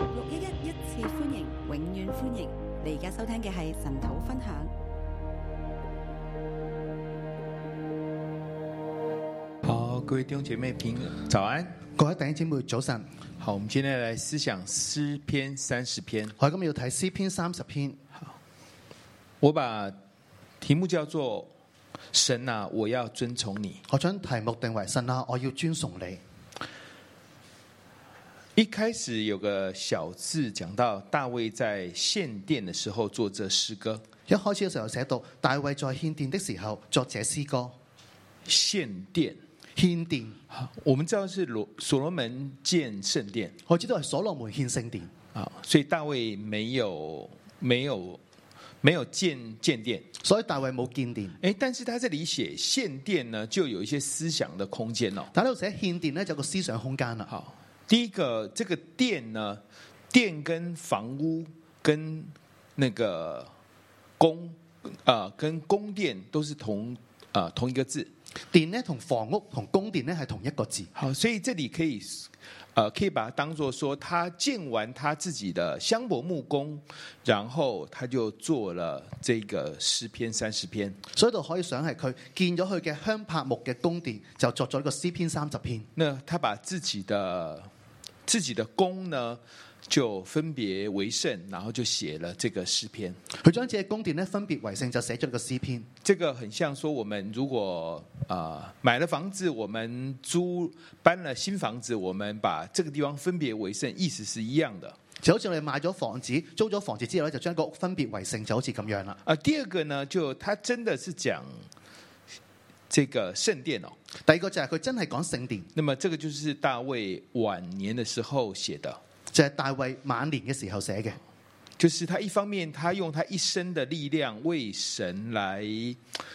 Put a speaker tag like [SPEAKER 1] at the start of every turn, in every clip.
[SPEAKER 1] 六一一一次歡迎，永遠歡迎！你而家收聽嘅係神土分享。
[SPEAKER 2] 好，各位弟兄姐妹平早安。
[SPEAKER 3] 各位弟兄姊妹早晨，
[SPEAKER 2] 好，我们今天来思想诗篇三十篇。
[SPEAKER 3] 我哋今日要睇詩篇三十篇，
[SPEAKER 2] 我把题目叫做“神啊，我要遵从你
[SPEAKER 3] 我將題目定為神啊，我要尊崇你。”。
[SPEAKER 2] 一开始有个小字讲到大卫在献殿的时候做这诗歌，
[SPEAKER 3] 一開始嘅時候寫到大衛在獻殿的時候作這詩歌，
[SPEAKER 2] 献殿。
[SPEAKER 3] 獻殿，
[SPEAKER 2] 好我们知道是罗所罗门建圣殿
[SPEAKER 3] 我知道係所羅門獻聖殿，
[SPEAKER 2] 啊，所以大卫没有没有没有建建殿。
[SPEAKER 3] 所以大衛冇建殿。
[SPEAKER 2] 哎，但是他这里写献殿呢，就有一些思想的空间哦。
[SPEAKER 3] 但喺度寫獻殿呢，就有個思想空間啦。
[SPEAKER 2] 好，第一个这个殿呢，殿跟房屋跟那个宫啊、呃跟宫殿都是同啊、呃同一个字。
[SPEAKER 3] 殿呢同房屋同宮殿呢係同一個字，
[SPEAKER 2] 好，所以这里可以呃可以把它当做说他建完他自己的香柏木宫，然后他就做了这个诗篇三十篇。
[SPEAKER 3] 所以度可以想係佢建咗佢嘅香柏木嘅宮殿，就作咗呢個詩篇三十篇。
[SPEAKER 2] 那他把自己的自己的宫呢，就分别为圣，然后就写了这个诗篇。
[SPEAKER 3] 佢將自己嘅宮殿呢分別為聖，就寫咗呢個詩篇。
[SPEAKER 2] 这个很像说，我们如果啊、呃买了房子，我们租搬了新房子，我们把这个地方分别为圣，意思是一样的。
[SPEAKER 3] 就好似我哋買咗房子、租咗房子之後咧，就將個屋分別為聖，就好似咁樣啦。
[SPEAKER 2] 啊、第二个呢，就他真的是讲这个圣殿哦。
[SPEAKER 3] 第二個就係佢真係講聖殿，
[SPEAKER 2] 那么这个就是大卫晚年的时候写的，
[SPEAKER 3] 就係大衛晚年嘅時候寫嘅。
[SPEAKER 2] 就是他一方面他用他一生的力量为神来，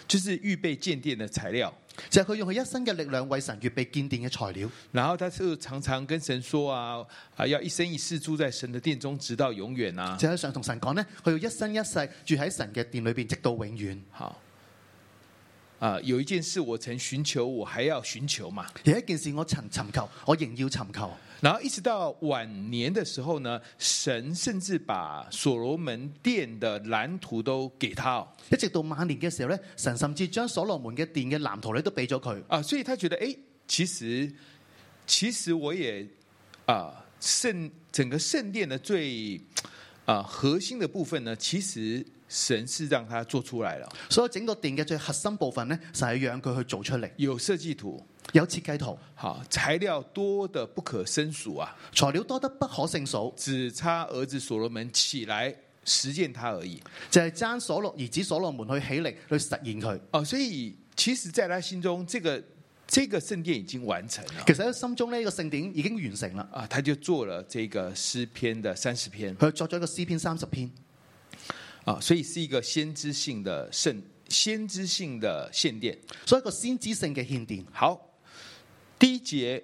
[SPEAKER 2] 就是预备建殿的材料。
[SPEAKER 3] 就係佢用佢一生嘅力量為神預備建殿嘅材料。
[SPEAKER 2] 然后他就常常跟神说啊啊，要一生一世住在神的殿中，直到永远啊。
[SPEAKER 3] 就係想同神講呢，佢要一生一世住喺神嘅殿裏邊，直到永遠。
[SPEAKER 2] 好，啊，有一件事我曾寻求，我还要寻求嘛。
[SPEAKER 3] 有一件事我尋尋求，我仍要尋求。
[SPEAKER 2] 然后一直到晚年的时候呢，神甚至把所罗门殿的蓝图都给他哦
[SPEAKER 3] 一直到晚年嘅時候呢，神甚至將所羅門嘅殿嘅藍圖咧都俾咗佢。
[SPEAKER 2] 啊，所以他觉得，哎，其实其实我也啊，圣整个圣殿的最啊核心的部分呢，其实神是让他做出来了，
[SPEAKER 3] 所以整個殿嘅最核心部分呢，就係讓佢去做出嚟，
[SPEAKER 2] 有设计图。
[SPEAKER 3] 有設計圖，
[SPEAKER 2] 好，材料多的不可胜数啊，
[SPEAKER 3] 材料多得不可勝數。
[SPEAKER 2] 只差儿子所罗门起来实践它而已。
[SPEAKER 3] 就係爭所羅兒子所羅門去起力去實現佢。
[SPEAKER 2] 哦，所以其实在他心中，这个这个圣殿已经完成了
[SPEAKER 3] 其實喺心中呢個聖典已經完成啦。
[SPEAKER 2] 啊，他就做了这个诗篇的三十篇
[SPEAKER 3] 佢作咗一個詩篇三十篇，
[SPEAKER 2] 啊，所以是一个先知性的圣先知性的献殿。
[SPEAKER 3] 所以一個先知性嘅獻殿。
[SPEAKER 2] 好，第一节。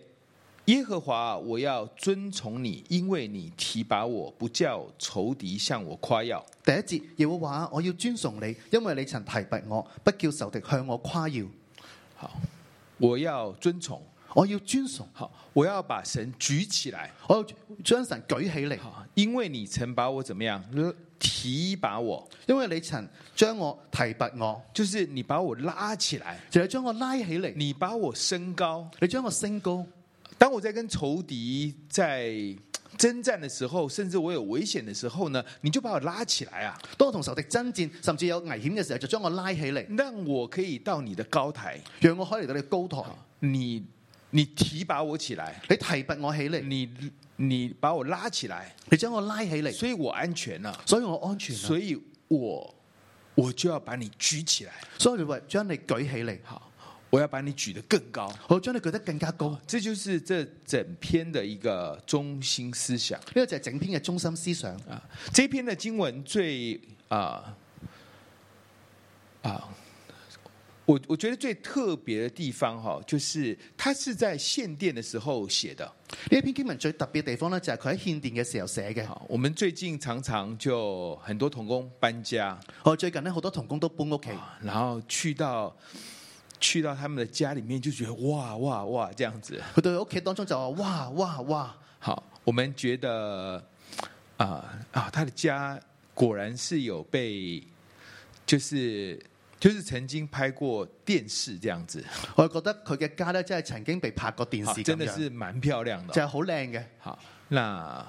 [SPEAKER 2] 耶和华，我要遵从你，因为你提拔我，不叫仇敌向我夸耀。
[SPEAKER 3] 第一節耶和華，我要尊崇你，因為你曾提拔我，不叫仇敵向我誇耀。
[SPEAKER 2] 好，我要遵从，
[SPEAKER 3] 我要尊崇，
[SPEAKER 2] 好，我要把神举起来。
[SPEAKER 3] 我要將神舉起嚟，
[SPEAKER 2] 好，因为你曾把我怎么样提拔我，
[SPEAKER 3] 因為你曾將我提拔我，
[SPEAKER 2] 就是你把我拉起来，
[SPEAKER 3] 就係將我拉起嚟，
[SPEAKER 2] 你把我升高。
[SPEAKER 3] 你將我升高。
[SPEAKER 2] 当我在跟仇敌在征战的时候，甚至我有危险的时候呢，你就把我拉起来啊，
[SPEAKER 3] 當我同仇敵爭戰，甚至有危險嘅時候，就將我拉起嚟，
[SPEAKER 2] 让我可以到你的高台，
[SPEAKER 3] 讓我可以嚟到你高台。
[SPEAKER 2] 你你提拔我起来，
[SPEAKER 3] 你提拔我起嚟，
[SPEAKER 2] 你你把我拉起来，
[SPEAKER 3] 你將我拉起嚟，
[SPEAKER 2] 所以我安全了，
[SPEAKER 3] 所以我安全啊啦。
[SPEAKER 2] 所以我我就要把你举起来，
[SPEAKER 3] 所以我將你舉起嚟，
[SPEAKER 2] 好，我要把你举得更高。
[SPEAKER 3] 我將你舉得更加高。
[SPEAKER 2] 哦这就是这整篇的一个中心思想
[SPEAKER 3] 呢個就係整篇嘅中心思想。
[SPEAKER 2] 啊。这篇的经文最啊啊，我我觉得最特别的地方哈、就是它是在献殿的时候写的。
[SPEAKER 3] 呢一篇經文最特別嘅地方咧，就係佢喺獻殿嘅時候寫嘅。
[SPEAKER 2] 好，啊我们最近常常就很多童工搬家，啊
[SPEAKER 3] 我最近咧好多童工都搬屋企，
[SPEAKER 2] 然后去到去到他们的家里面，就觉得哇哇哇这样子。
[SPEAKER 3] 佢到佢屋企當中就話：哇哇哇！
[SPEAKER 2] 好，我们觉得啊啊，他的家果然是有被，就是就是曾经拍过电视这样子，
[SPEAKER 3] 我覺得佢嘅家咧，真係曾經被拍過電
[SPEAKER 2] 好
[SPEAKER 3] 視咁
[SPEAKER 2] 啊真的
[SPEAKER 3] 樣，
[SPEAKER 2] 是蛮漂亮的
[SPEAKER 3] 就
[SPEAKER 2] 哦。
[SPEAKER 3] 係好靚嘅。
[SPEAKER 2] 好，那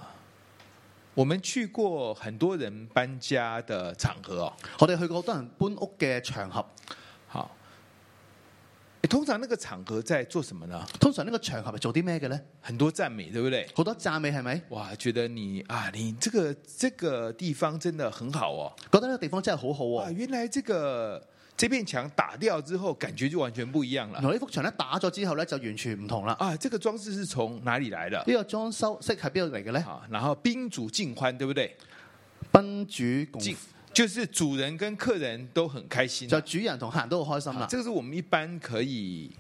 [SPEAKER 2] 我们去过很多人搬家的场合哦。
[SPEAKER 3] 我哋去過好多人搬屋嘅場合，
[SPEAKER 2] 好，诶通常那个场合在做什么呢？
[SPEAKER 3] 通常呢個場合係做啲咩嘅咧？
[SPEAKER 2] 很多赞美，对不对？
[SPEAKER 3] 好多讚美係咪？
[SPEAKER 2] 哇，覺得你啊，你这个这个地方真的很好哦。
[SPEAKER 3] 覺得呢個地方真係好好
[SPEAKER 2] 哇，
[SPEAKER 3] 喎。
[SPEAKER 2] 原来这个这片墙打掉之後，感覺就完全不一樣
[SPEAKER 3] 原
[SPEAKER 2] 了。
[SPEAKER 3] 來呢幅牆咧打咗之後咧，就完全唔同啦。
[SPEAKER 2] 啊，這個裝置是從哪裡來的？
[SPEAKER 3] 呢個裝修式係邊度嚟嘅咧？
[SPEAKER 2] 啊，然後賓主盡歡，對不對？
[SPEAKER 3] 賓主共
[SPEAKER 2] 盡就是主人跟客人都很開心
[SPEAKER 3] 就。主人同客人都好開心
[SPEAKER 2] 啊
[SPEAKER 3] 啦。
[SPEAKER 2] 这个是我们一般可以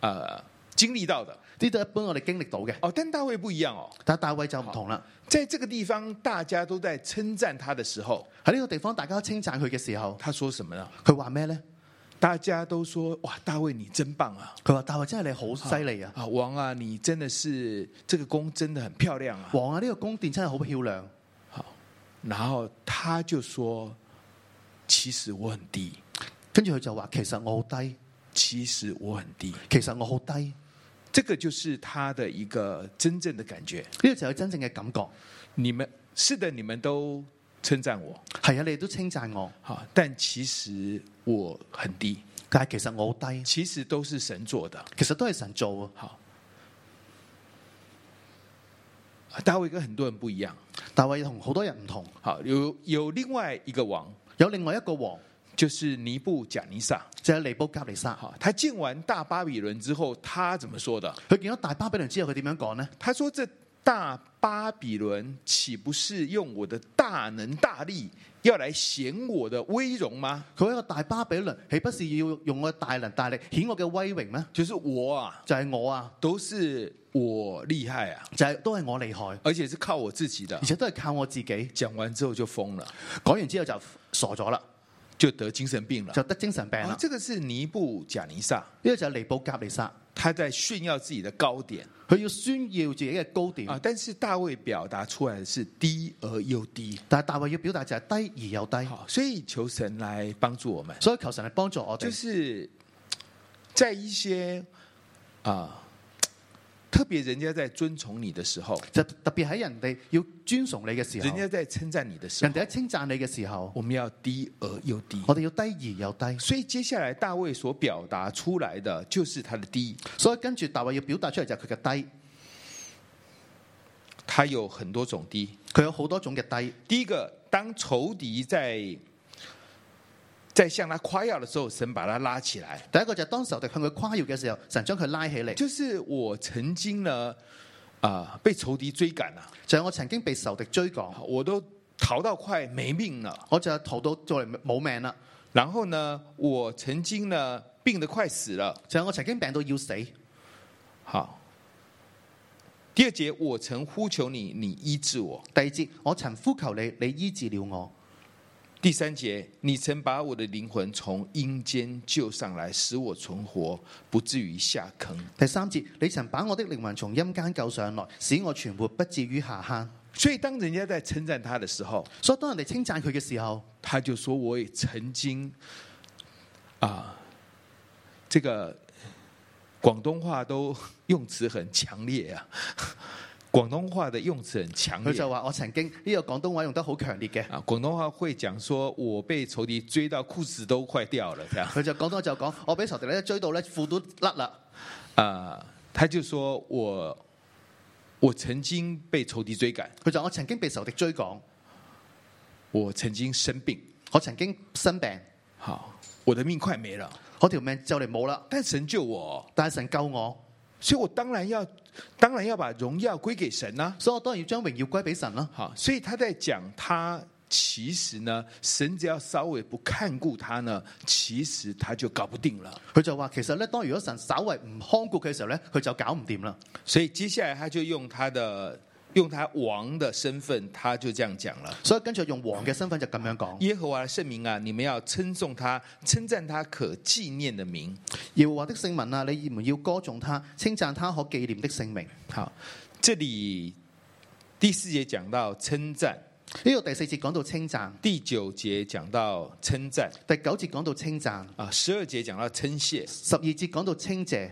[SPEAKER 2] 呃经歷到的
[SPEAKER 3] 呢度一般我哋經歷到嘅，
[SPEAKER 2] 哦。但大衛不一樣哦，
[SPEAKER 3] 但係大衛就唔同啦。
[SPEAKER 2] 在這個地方大家都在稱讚他的時候，
[SPEAKER 3] 喺呢個地方，大家稱讚佢嘅時候，
[SPEAKER 2] 他說什麼呢？
[SPEAKER 3] 佢話咩咧？
[SPEAKER 2] 大家都說哇，大衛你真棒啊！
[SPEAKER 3] 佢話大衛真係你好犀利啊！
[SPEAKER 2] 啊，王啊，你真的是這個宮真的很漂亮啊！
[SPEAKER 3] 王啊，呢個宮殿真係好漂亮。
[SPEAKER 2] 好，然後他就說，其實我很低，
[SPEAKER 3] 跟住佢就話：其實我好低，
[SPEAKER 2] 其實我很低。
[SPEAKER 3] 其實我好低。呢、
[SPEAKER 2] 這個就是他的一個真正的感覺。
[SPEAKER 3] 個就係真正嘅感覺。
[SPEAKER 2] 你們是的，你們都稱讚我，
[SPEAKER 3] 係啊，你都稱讚我，
[SPEAKER 2] 好，但其實我很低，
[SPEAKER 3] 但係其實我好低，
[SPEAKER 2] 其實都是神做的。
[SPEAKER 3] 其實都係神做啊。
[SPEAKER 2] 好，啊大衛跟很多人不一樣。
[SPEAKER 3] 大衛同好多人唔同，
[SPEAKER 2] 好，有有另外一個王，
[SPEAKER 3] 有另外一個王
[SPEAKER 2] 就是尼布贾尼撒。
[SPEAKER 3] 就係、尼布甲尼撒。
[SPEAKER 2] 好，他建完大巴比伦之後，他怎麼說的？
[SPEAKER 3] 佢見到大巴比倫之後，佢點樣講呢？
[SPEAKER 2] 他说：“这大巴比伦岂不是用我的大能大力要來顯我的威榮嗎？
[SPEAKER 3] 佢話一個大巴比倫，豈不是要用我嘅大能大力顯我嘅威榮咩？
[SPEAKER 2] 就是我啊，
[SPEAKER 3] 就係、我啊，
[SPEAKER 2] 都是我厲害啊，
[SPEAKER 3] 就係、都係我厲害，
[SPEAKER 2] 而且是靠我自己的
[SPEAKER 3] 而。且都係靠我自己。
[SPEAKER 2] 講完之後就瘋了，
[SPEAKER 3] 講完之後就傻咗啦，
[SPEAKER 2] 就得精神病了。
[SPEAKER 3] 就得精神病啦。
[SPEAKER 2] 啊
[SPEAKER 3] 呢、、
[SPEAKER 2] 这个是尼布贾尼撒，
[SPEAKER 3] 個就係尼布甲尼撒，
[SPEAKER 2] 他在炫耀自己的高點
[SPEAKER 3] 佢要宣耀自己嘅高點，
[SPEAKER 2] 啊，但是大衛表達出來的是低而又低。
[SPEAKER 3] 但係大衛要表達就係低而又低。
[SPEAKER 2] 好，所以求神來幫助我們。
[SPEAKER 3] 所以求神嚟幫助我
[SPEAKER 2] 就
[SPEAKER 3] 哋，
[SPEAKER 2] 是在一些啊，特别人家在尊崇你的时候，
[SPEAKER 3] 就特別喺人哋要尊崇你嘅時
[SPEAKER 2] 人
[SPEAKER 3] 候，
[SPEAKER 2] 家在称赞你的时
[SPEAKER 3] 人
[SPEAKER 2] 候
[SPEAKER 3] 哋，喺稱讚你嘅時候，
[SPEAKER 2] 我们要低而又低。
[SPEAKER 3] 我哋要低而又低。
[SPEAKER 2] 所以接下来大卫所表达出来的就是他的低，
[SPEAKER 3] 所以跟住大衛要表達出嚟就係佢嘅低，
[SPEAKER 2] 他有很多种低。
[SPEAKER 3] 佢有好多種嘅低。
[SPEAKER 2] 第一个，当仇敌在在向他夸耀的时候，神把他拉起来。
[SPEAKER 3] 第一個就係當仇敵向佢誇耀嘅時候，神將佢拉起嚟。
[SPEAKER 2] 就是我曾经呢，啊、被仇敌追赶了、
[SPEAKER 3] 就係我曾經被仇敵追趕，
[SPEAKER 2] 我都逃到快没命了。
[SPEAKER 3] 我就逃到做嚟冇命啦。
[SPEAKER 2] 然后呢，我曾经呢病得快死了。
[SPEAKER 3] 就係我曾經病到要死。
[SPEAKER 2] 好，第二节我曾呼求你，你医治我。
[SPEAKER 3] 第二節，我曾呼求你，你醫治了我。
[SPEAKER 2] 第三节，你曾把我的灵魂从阴间救上来，使我存活，不至于下坑。
[SPEAKER 3] 第三節，你曾把我的靈魂從陰間救上來，使我存活不至於下坑。
[SPEAKER 2] 所以当人家在称赞他的时候，
[SPEAKER 3] 所以當人哋稱讚佢嘅時候，
[SPEAKER 2] 他就说：“我也曾经啊，这个广东话都用词很强烈啊，广东话的用词很强
[SPEAKER 3] 佢
[SPEAKER 2] 烈。”
[SPEAKER 3] 就話：我曾經呢、個廣東話用得好強烈 嘅。
[SPEAKER 2] 啊，广东话会讲说，我被仇敌追到裤子都快掉了，这样
[SPEAKER 3] 佢就講到就講，我俾仇敵咧追到咧褲都甩啦。
[SPEAKER 2] 啊、他就说我我曾经被仇敌追赶，
[SPEAKER 3] 佢就話我曾經被仇敵追趕，
[SPEAKER 2] 我曾经生病，
[SPEAKER 3] 我曾經生病，
[SPEAKER 2] 好，我的命快没了，
[SPEAKER 3] 我條命就嚟冇啦。
[SPEAKER 2] 但神救我，
[SPEAKER 3] 但係神救我，
[SPEAKER 2] 所以我当然要当然要把荣耀归给神啦、
[SPEAKER 3] 所以我當然要將榮耀歸俾神啦。
[SPEAKER 2] 好，所以他在讲他。其实呢，神只要稍微不看顾他呢，其实他就搞不定了。
[SPEAKER 3] 佢就話其實咧，當如果神稍為唔看顧佢嘅時候咧，佢就搞唔掂啦。
[SPEAKER 2] 所以接下来他就用他的用他王的身份，他就这样讲了。
[SPEAKER 3] 所以跟住用王嘅身份就咁樣講。
[SPEAKER 2] 耶和华的圣名啊，你们要称颂他，称赞他可纪念的名。
[SPEAKER 3] 耶和華的聖民啊，你唔要歌頌他，稱讚他可紀念的聖名。
[SPEAKER 2] 好，这里第四节讲到称赞，
[SPEAKER 3] 呢度第四節講到稱讚，
[SPEAKER 2] 第九节講到稱讚，
[SPEAKER 3] 第九節講到稱讚，
[SPEAKER 2] 啊，十二节講到稱謝，
[SPEAKER 3] 十二節講到稱謝。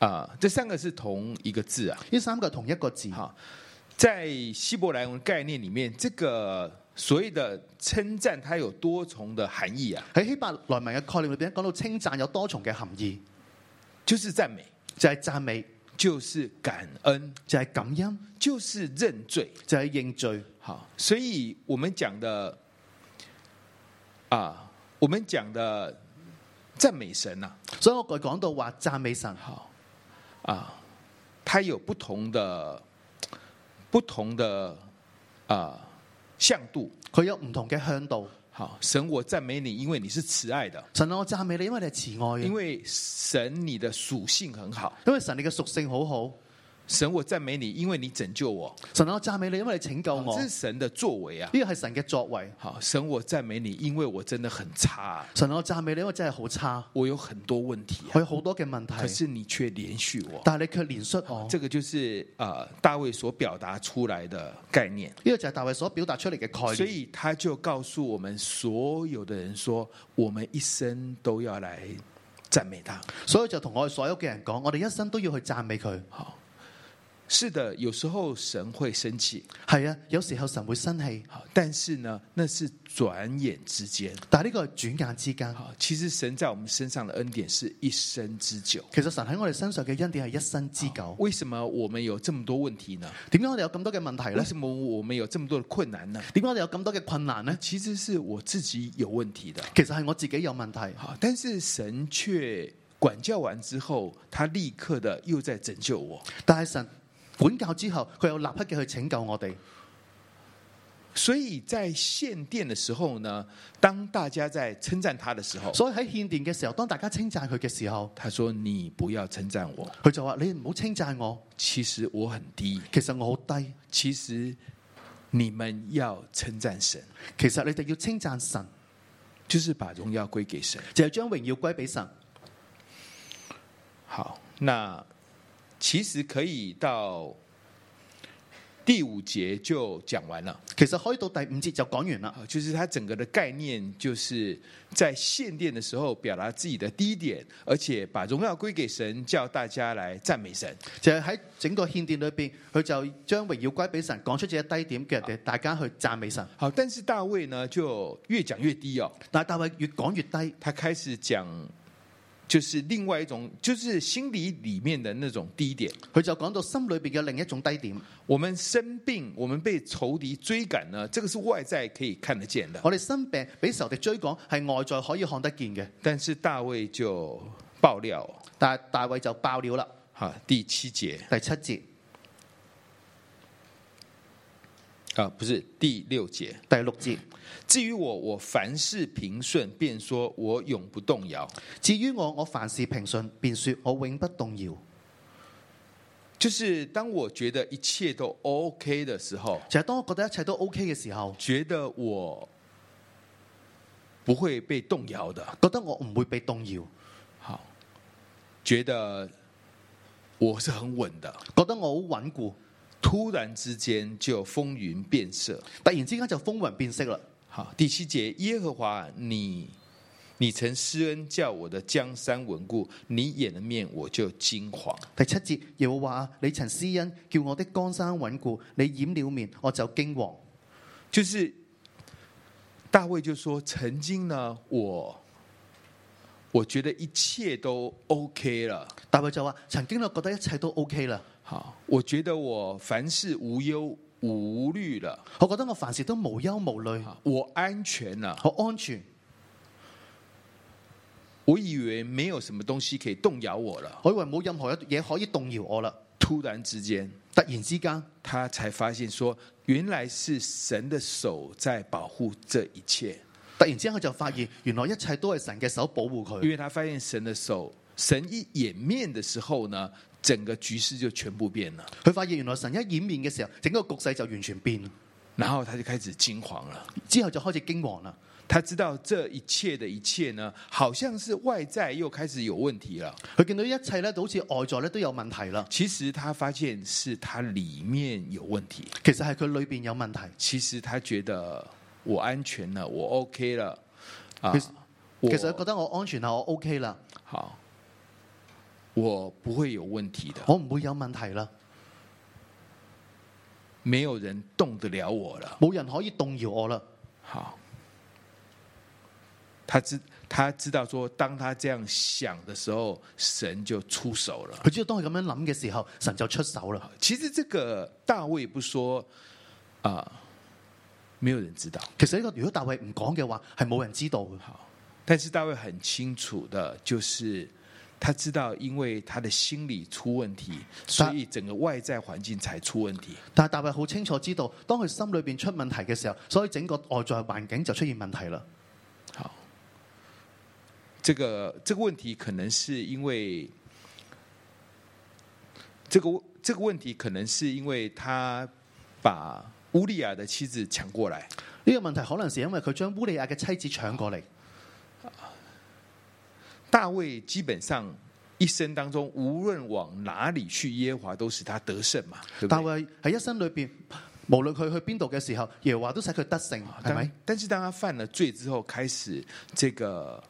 [SPEAKER 2] 啊，这三个是同一个字啊。
[SPEAKER 3] 呢三個係同一個字。
[SPEAKER 2] 好，在希伯来文概念里面，这个所谓的称赞，它有多重的含义啊，
[SPEAKER 3] 喺希伯來文嘅概念裏邊講到稱讚有多重嘅含義，
[SPEAKER 2] 就是赞美，
[SPEAKER 3] 就係、讚美，
[SPEAKER 2] 就是感恩，
[SPEAKER 3] 就係、感恩，
[SPEAKER 2] 就是认罪。
[SPEAKER 3] 就係、認罪。
[SPEAKER 2] 好，所以我们讲的啊，我们讲的赞美神啊呐、
[SPEAKER 3] 所以我佢講到話讚美神
[SPEAKER 2] 啊，，好啊，它有不同的不同的啊向度。
[SPEAKER 3] 佢有唔同嘅向度。
[SPEAKER 2] 好，神，我赞美你，因为你是慈爱的，
[SPEAKER 3] 神啊，我讚美你，因為你係慈愛嘅，
[SPEAKER 2] 因
[SPEAKER 3] 因為
[SPEAKER 2] 为神你的属性很好。
[SPEAKER 3] 神你嘅屬性好好。
[SPEAKER 2] 神，我赞美你，因为你拯救我，
[SPEAKER 3] 神啊，我讚美你，因為你拯救我。
[SPEAKER 2] 这是
[SPEAKER 3] 呢
[SPEAKER 2] 神的作为啊。
[SPEAKER 3] 個係神嘅作為。
[SPEAKER 2] 好，神，我赞美你，因为我真的很差啊、
[SPEAKER 3] 神啊，我讚美你，因為真係好差，
[SPEAKER 2] 我有很多问题、啊
[SPEAKER 3] 我，有好多嘅問
[SPEAKER 2] 可
[SPEAKER 3] 題，
[SPEAKER 2] 是你却連續我。
[SPEAKER 3] 但係你卻憐恤我。
[SPEAKER 2] 这个就是呃大卫所表达出来的概念，
[SPEAKER 3] 呢個就係大衛所表達出嚟嘅概念。
[SPEAKER 2] 所以他就告诉我们所有的人说，我们一生都要来赞美他。
[SPEAKER 3] 所以就同我哋所有嘅人講，我哋一生都要去讚美佢。
[SPEAKER 2] 好，是的，有时候神会生气，
[SPEAKER 3] 係啊，有時候神會生氣，
[SPEAKER 2] 好，但是呢，那是转眼之间。
[SPEAKER 3] 但係呢個係轉眼之間。
[SPEAKER 2] 好，其实神在我们身上的恩典是一生之久。
[SPEAKER 3] 其實神喺我哋身上嘅恩典係一生之久。
[SPEAKER 2] 为什么我们有这么多问题呢？
[SPEAKER 3] 點解我哋有咁多嘅問題
[SPEAKER 2] 为
[SPEAKER 3] 呢？
[SPEAKER 2] 什么我们有这么多的困难呢？
[SPEAKER 3] 點解我哋有咁多嘅困難呢？
[SPEAKER 2] 其实是我自己有问题的。
[SPEAKER 3] 其實係我自己有問題。
[SPEAKER 2] 好，但是神却管教完之后，他立刻的又在拯救我。
[SPEAKER 3] 但係神管教之後，佢又立刻嘅去拯救我哋。
[SPEAKER 2] 所以在献殿的时候呢，当大家在称赞他的时候，
[SPEAKER 3] 所以喺獻殿嘅時候，當大家稱讚佢嘅時候，
[SPEAKER 2] 他说：“你不要称赞我，
[SPEAKER 3] 佢就話：你唔好稱讚我，
[SPEAKER 2] 其实我很低。
[SPEAKER 3] 其實我好低。
[SPEAKER 2] 其实你们要称赞神，
[SPEAKER 3] 其實你哋要稱讚神，
[SPEAKER 2] 就是把荣耀归给神。
[SPEAKER 3] 就係將榮耀歸俾神。”
[SPEAKER 2] 好，那其实可以到第五节就讲完了。
[SPEAKER 3] 其實可以到第五節就講完啦。
[SPEAKER 2] 啊，就是它整个的概念，就是在献殿的时候表达自己的低点，而且把荣耀归给神，叫大家来赞美神。
[SPEAKER 3] 就係喺整個獻殿裏邊，佢就將榮耀歸俾神，講出自己低點，叫人哋大家去讚美神。
[SPEAKER 2] 好，但是大衛呢，就越講越低哦，
[SPEAKER 3] 但係大衛越講越低，
[SPEAKER 2] 他开始讲，就是另外一种，就是心理里面的那种低点。
[SPEAKER 3] 佢就講到心裏邊嘅另一種低點。
[SPEAKER 2] 我们生病，我们被仇敌追赶呢，这个是外在可以看得见的，
[SPEAKER 3] 我哋生病俾仇敵追趕，係外在可以看得見嘅，
[SPEAKER 2] 但是大衛就爆料哦。
[SPEAKER 3] 但係大衛就爆料啦。
[SPEAKER 2] 好，第七节
[SPEAKER 3] 第七節、
[SPEAKER 2] 啊，不是第六节，
[SPEAKER 3] 第六節，
[SPEAKER 2] 至于我，我凡事平顺，便说我永不动摇。
[SPEAKER 3] 至於我，我凡事平順，便説我永不動搖。
[SPEAKER 2] 就是当我觉得一切都 OK 的时候，
[SPEAKER 3] 就係、當我覺得一切都 OK 嘅時候，
[SPEAKER 2] 觉得我不会被动摇的，
[SPEAKER 3] 覺得我唔會被動搖，
[SPEAKER 2] 好，觉得我是很穩的，
[SPEAKER 3] 覺得我好穩固。
[SPEAKER 2] 突然之間就風雲變色。
[SPEAKER 3] 突然之間就風雲變色啦。
[SPEAKER 2] 好，第七节，耶和华，你你曾施恩叫我的江山稳固，你掩了面我就惊惶。
[SPEAKER 3] 第七節，耶和華啊，你曾施恩，叫我的江山穩固，你掩了面，我就驚惶。
[SPEAKER 2] 就是大卫就说：“曾经呢，我我觉得一切都 OK 了，
[SPEAKER 3] 大衛就話：曾經我覺得一切都 OK 啦，
[SPEAKER 2] 好，我觉得我凡事无忧无虑了，
[SPEAKER 3] 我覺得我凡事都無憂無慮，
[SPEAKER 2] 啊我安全了，
[SPEAKER 3] 好安全。
[SPEAKER 2] 我以为没有什么东西可以动摇我了。
[SPEAKER 3] 我以為冇任何一嘢可以動搖我啦。
[SPEAKER 2] 突然之间，
[SPEAKER 3] 突然之間，
[SPEAKER 2] 他才发现说，原来是神的手在保护这一切，
[SPEAKER 3] 突然之間佢就發現，原來一切都係神嘅手保護
[SPEAKER 2] 因
[SPEAKER 3] 佢。
[SPEAKER 2] 为他发现神的手，神一掩面的时候呢，整个局势就全部变了。”
[SPEAKER 3] 佢發現原來神一掩面嘅時候，整個局勢就完全變。
[SPEAKER 2] 然后他就开始惊惶了。
[SPEAKER 3] 之後就開始驚惶啦。
[SPEAKER 2] 他知道这一切的一切呢，好像是外在又开始有问题了。
[SPEAKER 3] 佢見到一切咧，就好似外在咧都有問題啦。
[SPEAKER 2] 其实他发现是他里面有问题。
[SPEAKER 3] 其實係佢裏邊有問題。
[SPEAKER 2] 其实他觉得我安全了，我 OK 了啊
[SPEAKER 3] 其實，
[SPEAKER 2] 我
[SPEAKER 3] 其實佢覺得我安全啦，啊我 OK 啦，
[SPEAKER 2] 好，我不會有問題的，
[SPEAKER 3] 我唔會有問題啦，
[SPEAKER 2] 没有人動得了我了。
[SPEAKER 3] 冇人可以動搖我啦。
[SPEAKER 2] 好，他知他知道说，当他这样想的时候，神就出手了。
[SPEAKER 3] 佢知道當佢咁樣諗嘅時候，神就出手啦。
[SPEAKER 2] 其实这个大卫不说啊、没有人知道。
[SPEAKER 3] 其實呢個如果大衛唔講嘅話，係冇人知道嘅。
[SPEAKER 2] 好，但是大卫很清楚的，就是他知道，因为他的心理出问题，所以整个外在环境才出问题。
[SPEAKER 3] 但係大衛好清楚知道，當佢心裏邊出問題嘅時候，所以整個外在環境就出現問題啦。
[SPEAKER 2] 好，这个这个问题可能是因为这个这个问题可能是因为他把乌利亚的妻子抢过来，
[SPEAKER 3] 呢、個問題可能是因為佢將烏利亞嘅妻子搶過嚟。
[SPEAKER 2] 大卫基本上一生当中无论往哪里去，耶和华都使他得胜嘛，对不
[SPEAKER 3] 大
[SPEAKER 2] 对？
[SPEAKER 3] 衛喺一生裏邊，無論佢去邊度嘅時候，耶和華都使佢得勝，係咪
[SPEAKER 2] 但？但啊是当他犯了罪之后，开始这个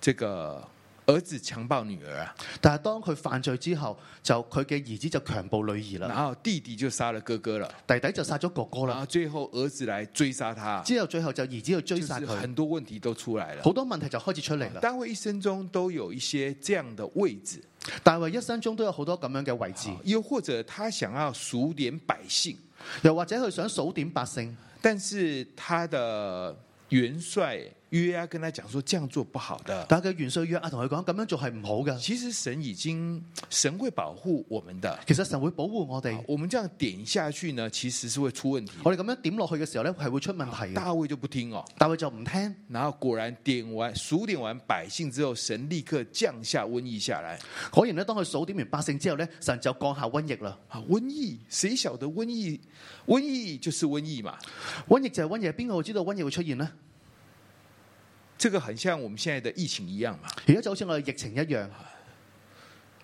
[SPEAKER 2] 这个儿子强暴女儿啊，
[SPEAKER 3] 但係當佢犯罪之後，就佢嘅兒子就強暴女兒啦，
[SPEAKER 2] 然后弟弟就殺了哥哥了，
[SPEAKER 3] 弟弟就殺咗哥哥
[SPEAKER 2] 然
[SPEAKER 3] 啦，
[SPEAKER 2] 后最后儿子来追杀他，
[SPEAKER 3] 之後最後就兒子去追
[SPEAKER 2] 就是
[SPEAKER 3] 殺佢，
[SPEAKER 2] 很多问题都出来了。
[SPEAKER 3] 好多問題就開始出嚟啦。
[SPEAKER 2] 大卫一生中都有一些这样的位置，啊
[SPEAKER 3] 大衛一生中都有好多咁樣嘅位置，
[SPEAKER 2] 又或者他想要数点百姓，
[SPEAKER 3] 又或者佢想數點百姓，
[SPEAKER 2] 但是他的元帅约押跟他讲说这样做不好的。
[SPEAKER 3] 但係佢元帥約啊同佢講咁樣做係唔好嘅。
[SPEAKER 2] 其实神已经神會保護我们的，
[SPEAKER 3] 其實神會保護我哋，
[SPEAKER 2] 我们这样点下去呢，其實是會出问题的。
[SPEAKER 3] 我哋咁樣點落去嘅時候呢，係會出問題嘅。
[SPEAKER 2] 大卫就不听哦，
[SPEAKER 3] 大衛就唔聽，
[SPEAKER 2] 然后果然点完数点完百姓之后，神立刻降下瘟疫下来。
[SPEAKER 3] 果然呢，當佢數點完百姓之後呢，神就降下瘟疫啦。
[SPEAKER 2] 啊，瘟疫，谁晓得瘟疫？瘟疫就是瘟疫嘛，
[SPEAKER 3] 瘟疫就係瘟疫，邊個會知道瘟疫會出現呢？
[SPEAKER 2] 这个很像我们现在的疫情一样嘛。
[SPEAKER 3] 而家就好似我哋疫情一樣，
[SPEAKER 2] 啊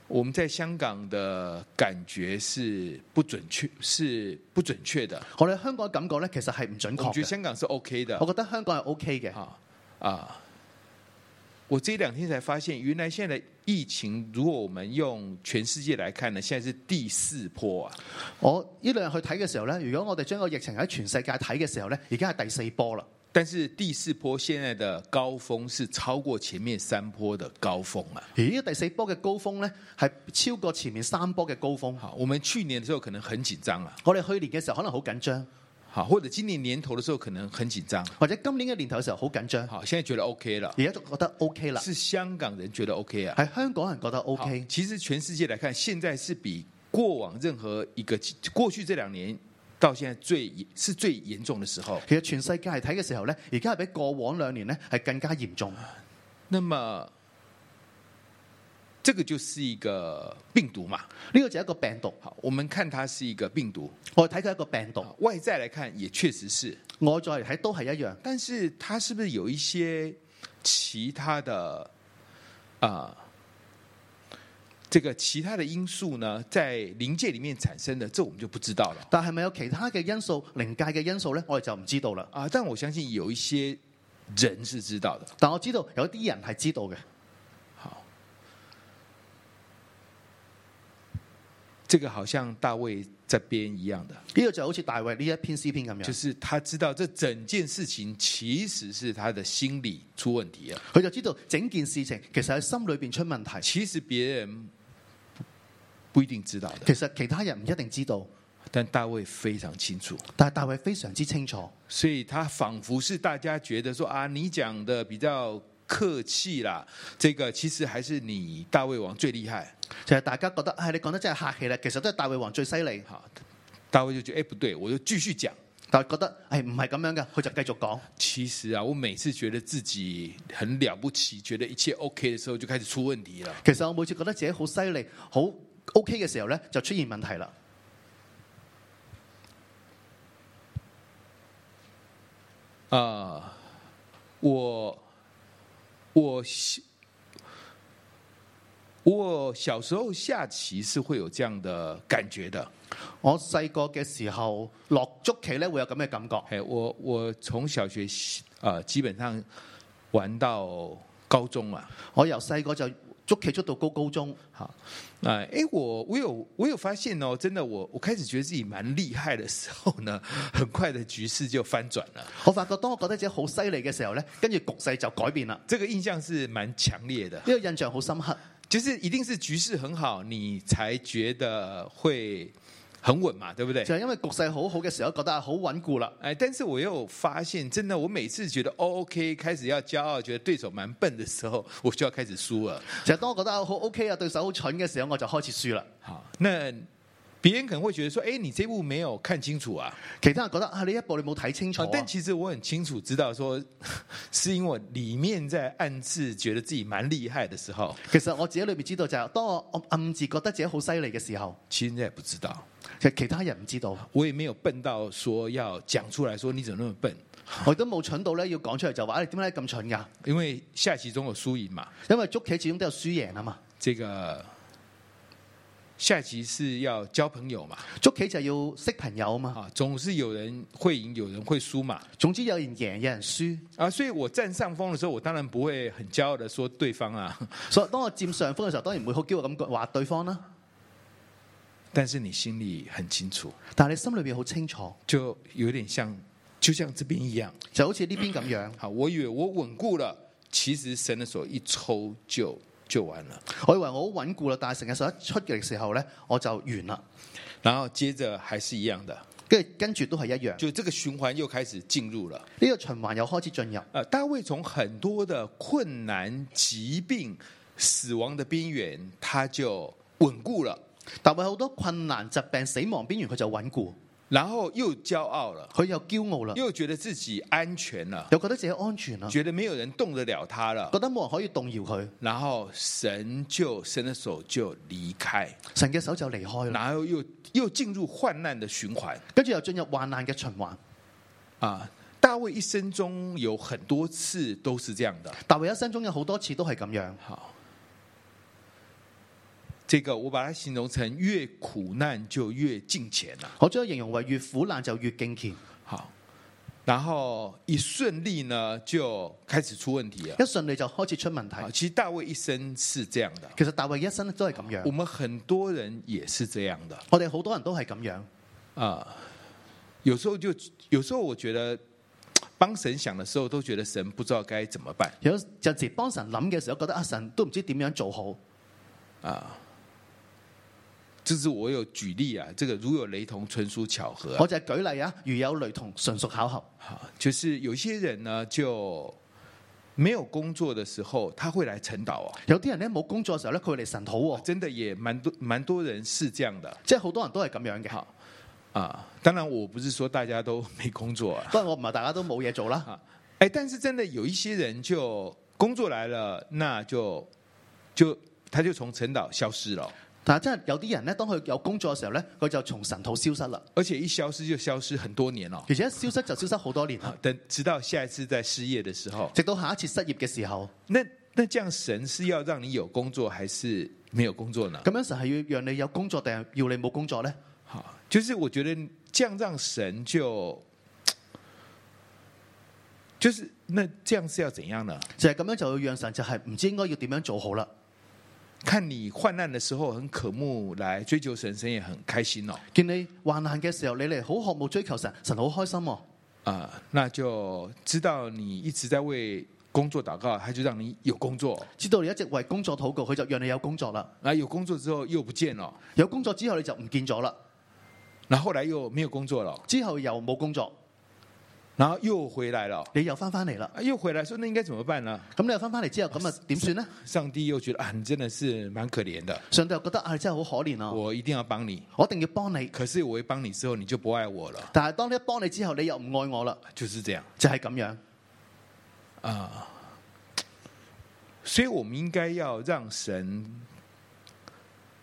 [SPEAKER 2] 我们在香港的感觉是不准确，是不准确的。
[SPEAKER 3] 我哋香港嘅感覺呢，其實係唔準
[SPEAKER 2] 我们
[SPEAKER 3] 確
[SPEAKER 2] 觉得
[SPEAKER 3] 嘅。
[SPEAKER 2] 香港是 OK 的
[SPEAKER 3] 我，覺得香港係 O K 嘅。
[SPEAKER 2] 啊啊！我这两天才发现，原来现在的疫情，如果我们用全世界来看呢，现在是第四波啊。
[SPEAKER 3] 我呢兩日去睇嘅時候呢，如果我哋將個疫情喺全世界睇嘅時候呢，而家係第四波啦。
[SPEAKER 2] 但是第四波现在的高峰是超过前面三波的高峰啊。
[SPEAKER 3] 而呢第四波嘅高峰呢，係超過前面三波嘅高峰。
[SPEAKER 2] 好，我们去年的时候可能很紧张啊，
[SPEAKER 3] 我哋去年嘅時候可能好緊張，
[SPEAKER 2] 好，或者今年年頭的时候可能很紧张，
[SPEAKER 3] 或者今年嘅年頭嘅時候好緊張，
[SPEAKER 2] 好，现在觉得 OK 了，
[SPEAKER 3] 而家就覺得 O K 啦。
[SPEAKER 2] 是香港人觉得 OK 啊。
[SPEAKER 3] 係香港人覺得 O
[SPEAKER 2] 好
[SPEAKER 3] K。
[SPEAKER 2] 其实全世界来看，现在是比过往任何一个过去这两年到现在最是最严重的时候。
[SPEAKER 3] 其實全世界係睇嘅時候呢，而家係比過往兩年呢係更加嚴重。
[SPEAKER 2] 那么，这个就是一个病毒嘛。
[SPEAKER 3] 呢個就係一個病毒，
[SPEAKER 2] 好，我们看它是一个病毒，
[SPEAKER 3] 我哋睇佢係一個病毒，
[SPEAKER 2] 好外在来看也确实是，
[SPEAKER 3] 外在嚟睇都係一樣。
[SPEAKER 2] 但是它是不是有一些其他的啊、这个其他的因素呢，在临界里面产生的，这我们就不知道了
[SPEAKER 3] 但係咪有其他嘅因素、靈界嘅因素呢？我哋就唔知道啦。
[SPEAKER 2] 啊。但我相信有一些人是知道的。
[SPEAKER 3] 但我知道有啲人係知道嘅。
[SPEAKER 2] 好，这个好像大卫这边一样的。
[SPEAKER 3] 呢個就好似大衛呢一篇詩篇咁
[SPEAKER 2] 就
[SPEAKER 3] 樣，
[SPEAKER 2] 是他知道这整件事情其实是他的心理出问题啊了，
[SPEAKER 3] 佢就知道整件事情其實喺心裏邊出問題，
[SPEAKER 2] 其实别人不一定知道的，
[SPEAKER 3] 其實其他人唔一定知道，
[SPEAKER 2] 但大卫非常清楚，
[SPEAKER 3] 但係大衛非常之清楚，
[SPEAKER 2] 所以他仿佛是大家觉得说啊，你讲的比较客气啦，这个其实还是你大卫王最厉害。
[SPEAKER 3] 就係、大家覺得唉、你講得真係客氣啦，其實都係大衛王最犀利，
[SPEAKER 2] 好，大卫就觉得哎不对，我就继续讲。
[SPEAKER 3] 但係覺得唉唔係咁樣嘅，佢就繼續講。
[SPEAKER 2] 其实啊，我每次觉得自己很了不起，觉得一切 OK 的时候，就开始出问题了。
[SPEAKER 3] 其實我每次覺得自己好犀利、好 OK 嘅時候呢，就出現問題啦。
[SPEAKER 2] 啊，我我小我小时候下棋是会有这样的感觉的。
[SPEAKER 3] 我細個嘅時候落捉棋咧，會有咁嘅感覺。
[SPEAKER 2] 哎，我我从小学啊、呃基本上玩到高中嘛。
[SPEAKER 3] 我由細個就捉棋捉到高高中。
[SPEAKER 2] 好，那哎，我我有我有发现哦，真的，我我开始觉得自己蛮厉害的时候呢，很快的局势就翻转了。
[SPEAKER 3] 我發覺當我覺得自己好犀利嘅時候咧，跟住局勢就改變啦。
[SPEAKER 2] 这个印象是蛮强烈的，
[SPEAKER 3] 呢、個印象好深刻，
[SPEAKER 2] 就是一定是局势很好，你才觉得会很稳嘛，对不对？
[SPEAKER 3] 就係因為局勢好好嘅時候，覺得啊好穩固啦。
[SPEAKER 2] 哎，但是我又发现，真的，我每次觉得哦 OK，开始要骄傲，觉得对手蛮笨的时候，我就要开始输了。
[SPEAKER 3] 就係當我覺得啊好 OK 啊，對手好蠢嘅時候，我就開始輸啦。
[SPEAKER 2] 好，那别人可能会觉得说，哎，你这步没有看清楚啊。
[SPEAKER 3] 其他人覺得啊，你一步你冇睇清楚
[SPEAKER 2] 啊
[SPEAKER 3] 啊、
[SPEAKER 2] 但其实我很清楚知道说， 是因为我里面在暗自觉得自己蛮厉害的时候，
[SPEAKER 3] 其實我自己裏面知道就係、當我我暗自覺得自己好犀利嘅時候，
[SPEAKER 2] 其实也不知道，
[SPEAKER 3] 其實其他人唔知 道，
[SPEAKER 2] 我也没有笨到说要讲出来说你怎么那么笨，
[SPEAKER 3] 我亦都冇蠢到咧要講出嚟就話：，誒點解你咁蠢㗎？
[SPEAKER 2] 因为下棋中有输赢嘛，
[SPEAKER 3] 因為捉棋始終都有輸贏啊嘛，
[SPEAKER 2] 这个下棋是要交朋友嘛，
[SPEAKER 3] 捉棋就要識朋友啊嘛。
[SPEAKER 2] 啊，总是有人会赢，有人会输嘛，
[SPEAKER 3] 總之有人贏，有人輸。
[SPEAKER 2] 啊，所以我占上风的时候，我当然不会很骄傲的说对方啊，
[SPEAKER 3] 所以當我佔上風嘅時候，當然唔會好驕傲咁話對方啦。
[SPEAKER 2] 但是你心里很清楚，
[SPEAKER 3] 但係你心裏邊好清楚，
[SPEAKER 2] 就有点像，就像这边一样。
[SPEAKER 3] 就好似呢邊咁 樣。
[SPEAKER 2] 好，我以为我稳固了，其实神的手一抽就就完了。
[SPEAKER 3] 我以為我好穩固啦，但係成日手一出嘅時候呢，我就完啦。
[SPEAKER 2] 然后接着还是一样的，
[SPEAKER 3] 跟住跟住都係一樣，呢、
[SPEAKER 2] 就这个循环又开始进入了。
[SPEAKER 3] 個循環又開始進入。
[SPEAKER 2] 呃，大卫从很多的困难、疾病、死亡的边缘，他就稳固了，
[SPEAKER 3] 但係好多困難、疾病、死亡邊緣，佢就穩固，
[SPEAKER 2] 然后又骄傲了，
[SPEAKER 3] 佢又驕傲啦，
[SPEAKER 2] 又觉得自己安全了，
[SPEAKER 3] 又覺得自己安全啦，
[SPEAKER 2] 觉得没有人动得了他了。
[SPEAKER 3] 覺得冇人可以動搖佢，
[SPEAKER 2] 然后神就神的手就离开，
[SPEAKER 3] 神嘅手就離開啦。
[SPEAKER 2] 然後又又进入患难的循环。
[SPEAKER 3] 跟住又進入患難嘅循環。
[SPEAKER 2] 啊，大卫一生中有很多次都是这样的。
[SPEAKER 3] 大衛一生中有好多次都係咁樣。
[SPEAKER 2] 好，这个我把它形容成越苦难就越敬虔啊了。
[SPEAKER 3] 我將佢形容為越苦難就越敬虔，
[SPEAKER 2] 好，然后一顺利呢就开始出问题了
[SPEAKER 3] 一。順利就開始出問題
[SPEAKER 2] 啊，。其实大卫一生是这样的，
[SPEAKER 3] 其實大衛一生都係咁
[SPEAKER 2] 我
[SPEAKER 3] 樣，
[SPEAKER 2] 们很多人也是这样的
[SPEAKER 3] 我哋好多人都係咁樣。
[SPEAKER 2] 啊。有时候就有时候我觉得帮神想的时候，都觉得神不知道该怎么办。
[SPEAKER 3] 有陣時幫神諗嘅時候，覺得啊神都唔知點樣做好。
[SPEAKER 2] 就是我有举例啊，这个如有雷同，纯属巧合、啊
[SPEAKER 3] 我。就係舉例啊，如有雷同，純屬巧合。
[SPEAKER 2] 好，就是有些人呢，就没有工作的时候，他会来晨祷哦。
[SPEAKER 3] 有啲人咧冇工作嘅時候咧，佢會嚟神討喎，
[SPEAKER 2] 真的也蛮多蛮多人是这样的
[SPEAKER 3] 即係好多人都係咁樣嘅。
[SPEAKER 2] 好啊。当然，我不是说大家都没工作啊，
[SPEAKER 3] 不過我唔係大家都冇嘢做啦，
[SPEAKER 2] 啊哎，但是真的有一些人就工作来了，那就就他就从晨祷消失了，哦
[SPEAKER 3] 但係真係有啲人咧，當佢有工作嘅時候咧，佢就從神討消失啦，
[SPEAKER 2] 而且一消失就消失很多年了。
[SPEAKER 3] 而且消失就消失好多年啦
[SPEAKER 2] 啊，等直到下一次再失业的时候，
[SPEAKER 3] 直到下一次失業嘅時候，
[SPEAKER 2] 那那这样神是要让你有工作还是没有工作呢？
[SPEAKER 3] 咁樣神係要讓你有工作定係要你冇工作咧？
[SPEAKER 2] 好，就是我觉得这样让神就，就是那这样是要怎样呢？
[SPEAKER 3] 就係咁樣就要讓神就係唔知應該要點樣做好啦。
[SPEAKER 2] 看你患难的时候很渴慕来追求神，神也很开心哦。
[SPEAKER 3] 見你患難嘅時候，你嚟好渴慕追求神，神好開心喎、
[SPEAKER 2] 啊、那就知道你一直在为工作祷告，他就让你有工作。
[SPEAKER 3] 知道你一直為工作禱告，佢就讓你有工作啦。
[SPEAKER 2] 那有工作之后又不見了，
[SPEAKER 3] 有工作之後你就唔見咗啦，
[SPEAKER 2] 然后后来又没有工作了，
[SPEAKER 3] 之後又冇工作，
[SPEAKER 2] 然后又回来了，
[SPEAKER 3] 你又翻翻嚟啦。
[SPEAKER 2] 啊又回来说那应该怎么办呢？
[SPEAKER 3] 咁你又翻翻嚟之後，咁啊點算呢？
[SPEAKER 2] 上帝又觉得啊，你真的是蛮可怜的，
[SPEAKER 3] 上帝又覺得啊，你真係好可憐啊！
[SPEAKER 2] 我一定要帮你。
[SPEAKER 3] 我一定要幫你，
[SPEAKER 2] 可是我一帮你之后，你就不爱我了。
[SPEAKER 3] 但係當你一幫你之後，你又唔愛我啦，
[SPEAKER 2] 就是这样。
[SPEAKER 3] 就係咁樣。
[SPEAKER 2] 所以我们应该要让神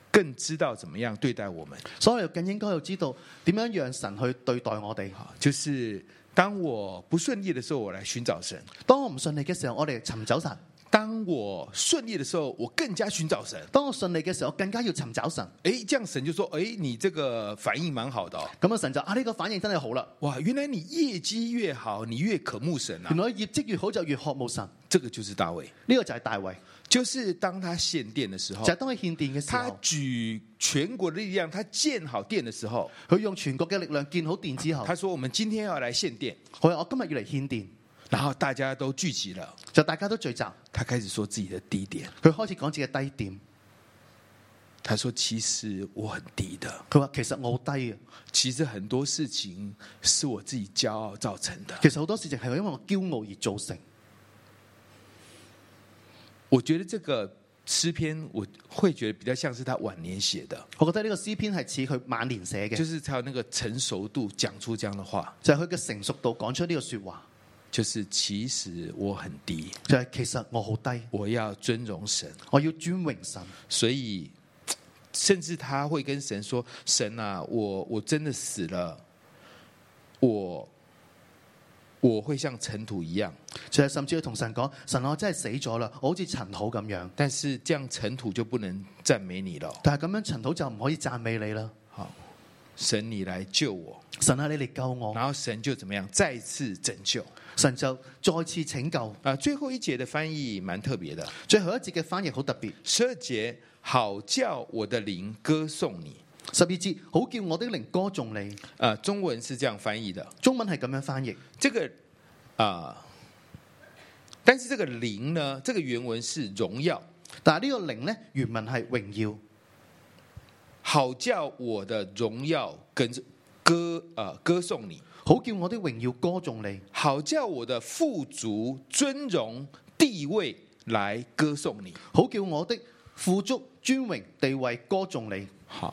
[SPEAKER 2] 更知道怎么样对待我们。
[SPEAKER 3] 所以我哋更應該要知道點樣讓神去對待我哋。
[SPEAKER 2] 啊就是当我不顺利的时候，我来寻找神；
[SPEAKER 3] 當我唔順利嘅時候，我哋尋找神；
[SPEAKER 2] 当我顺利的时候，我更加寻找神。
[SPEAKER 3] 當我順利嘅時候，我更加要尋找神。
[SPEAKER 2] 诶，这样神就说：诶，你这个反应蛮好的、哦，
[SPEAKER 3] 咁啊，神就啊呢、個反應真係好啦。
[SPEAKER 2] 哇，原来你业绩越好，你越渴慕神啊
[SPEAKER 3] 原！來業績越好就越渴慕神，呢、
[SPEAKER 2] 这个就是大卫，
[SPEAKER 3] 個就係大衛。
[SPEAKER 2] 就是当他献殿的时候
[SPEAKER 3] 就係、，當佢獻殿嘅時
[SPEAKER 2] 他
[SPEAKER 3] 候，
[SPEAKER 2] 举全国的力量，他建好殿的时候，
[SPEAKER 3] 佢用全國嘅力量建好殿之後，
[SPEAKER 2] 他说：我们今天要来献殿。
[SPEAKER 3] 佢話我今日要嚟獻殿，
[SPEAKER 2] 然后大家都聚集了，
[SPEAKER 3] 就大家都聚集，佢
[SPEAKER 2] 他开始说自己的低点。
[SPEAKER 3] 開始講自己嘅低點。
[SPEAKER 2] 他说：“其实我很低的，
[SPEAKER 3] 佢話其實我好低啊嘅，
[SPEAKER 2] 其实很多事情是我自己骄傲造成的。
[SPEAKER 3] 其實好多事情係因為我驕傲而造成。
[SPEAKER 2] 我觉得这个诗篇，我会觉得比较像是他晚年写的，
[SPEAKER 3] 我覺得呢個詩篇係似佢晚年寫嘅，
[SPEAKER 2] 就是他有那个成熟度讲出这样的话，
[SPEAKER 3] 就係佢嘅成熟度講出呢個説話，
[SPEAKER 2] 就是其实我很低，
[SPEAKER 3] 就係、其實我好低，
[SPEAKER 2] 我要尊荣神，
[SPEAKER 3] 我要尊榮神。
[SPEAKER 2] 所以甚至他会跟神说：神啊，我我真的死了，我我会像尘土一样。”
[SPEAKER 3] 就係甚至佢同神講：神啊我真係死咗啦，我好似塵土咁樣。
[SPEAKER 2] 但是这样尘土就不能赞美你了。
[SPEAKER 3] 但係咁樣塵土就唔可以讚美你啦。
[SPEAKER 2] 好，神你来救我，
[SPEAKER 3] 神啊，你嚟救我！
[SPEAKER 2] 然后神就怎么样再次拯救
[SPEAKER 3] 神就再次拯救。
[SPEAKER 2] 啊。最后一节的翻译蛮特别的，
[SPEAKER 3] 最後一節嘅翻譯好特別，
[SPEAKER 2] 十二节好叫我的灵歌颂你，
[SPEAKER 3] 十二節好叫我的靈歌頌你。
[SPEAKER 2] 啊，中文是这样翻译的，
[SPEAKER 3] 中文係咁樣翻譯，
[SPEAKER 2] 这个啊、但是这个灵呢，这个原文是荣耀，
[SPEAKER 3] 但係呢個靈呢，原文係榮耀。
[SPEAKER 2] 好叫我的荣耀跟着歌啊歌颂你，
[SPEAKER 3] 好叫我的榮耀歌頌你，
[SPEAKER 2] 好叫我的富足、尊荣、地位来歌颂你。
[SPEAKER 3] 好叫我的富足、尊榮、地位歌頌你。
[SPEAKER 2] 好，